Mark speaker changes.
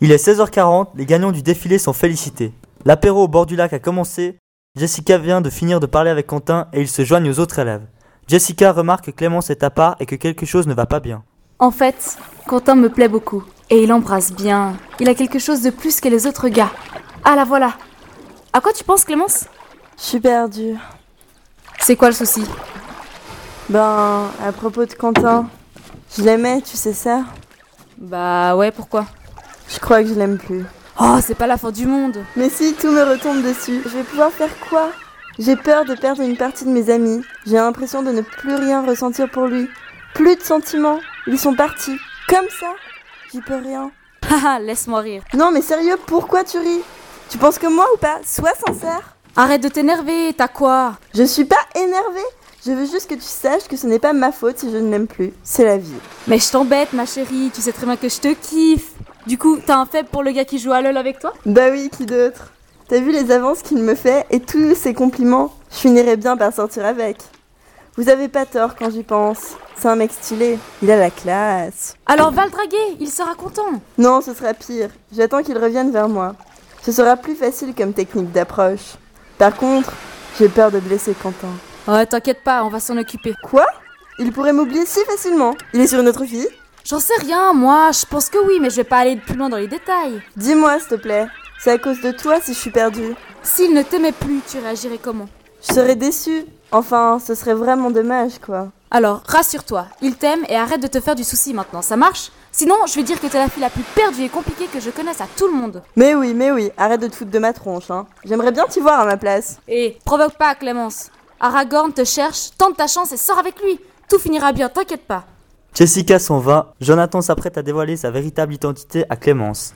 Speaker 1: Il est 16h40, les gagnants du défilé sont félicités. L'apéro au bord du lac a commencé, Jessica vient de finir de parler avec Quentin et ils se joignent aux autres élèves. Jessica remarque que Clémence est à part et que quelque chose ne va pas bien.
Speaker 2: En fait, Quentin me plaît beaucoup. Et il embrasse bien. Il a quelque chose de plus que les autres gars. Ah la voilà À quoi tu penses, Clémence
Speaker 3: Je suis perdue.
Speaker 2: C'est quoi le souci
Speaker 3: Ben, à propos de Quentin, je l'aimais, tu sais ça
Speaker 2: Bah ouais, pourquoi
Speaker 3: Je crois que je l'aime plus.
Speaker 2: Oh, c'est pas la fin du monde
Speaker 3: Mais si tout me retombe dessus, je vais pouvoir faire quoi J'ai peur de perdre une partie de mes amis. J'ai l'impression de ne plus rien ressentir pour lui. Plus de sentiments. Ils sont partis. Comme ça. J'y peux rien.
Speaker 2: Haha, Ah, laisse-moi rire.
Speaker 3: Non mais sérieux, pourquoi tu ris Tu penses comme moi ou pas Sois sincère.
Speaker 2: Arrête de t'énerver, t'as quoi
Speaker 3: Je suis pas énervée. Je veux juste que tu saches que ce n'est pas ma faute si je ne l'aime plus. C'est la vie.
Speaker 2: Mais je t'embête, ma chérie, tu sais très bien que je te kiffe. Du coup, t'as un faible pour le gars qui joue à LOL avec toi
Speaker 3: Bah oui, qui d'autre T'as vu les avances qu'il me fait et tous ses compliments Je finirais bien par sortir avec. Vous avez pas tort quand j'y pense. C'est un mec stylé. Il a la classe.
Speaker 2: Alors va le draguer, il sera content.
Speaker 3: Non, ce sera pire. J'attends qu'il revienne vers moi. Ce sera plus facile comme technique d'approche. Par contre, j'ai peur de blesser Quentin.
Speaker 2: Ouais, t'inquiète pas, on va s'en occuper.
Speaker 3: Quoi Il pourrait m'oublier si facilement. Il est sur une autre fille
Speaker 2: J'en sais rien, moi, je pense que oui, mais je vais pas aller plus loin dans les détails.
Speaker 3: Dis-moi, s'il te plaît. C'est à cause de toi si je suis perdue.
Speaker 2: S'il ne t'aimait plus, tu réagirais comment
Speaker 3: Je serais déçue. Enfin, ce serait vraiment dommage, quoi.
Speaker 2: Alors, rassure-toi, il t'aime et arrête de te faire du souci maintenant, ça marche Sinon, je vais dire que t'es la fille la plus perdue et compliquée que je connaisse à tout le monde.
Speaker 3: Mais oui, mais oui, arrête de te foutre de ma tronche, hein. J'aimerais bien t'y voir à ma place.
Speaker 2: Et Eh, provoque pas, Clémence. Aragorn te cherche, tente ta chance et sors avec lui. Tout finira bien, t'inquiète pas.
Speaker 1: Jessica s'en va, Jonathan s'apprête à dévoiler sa véritable identité à Clémence.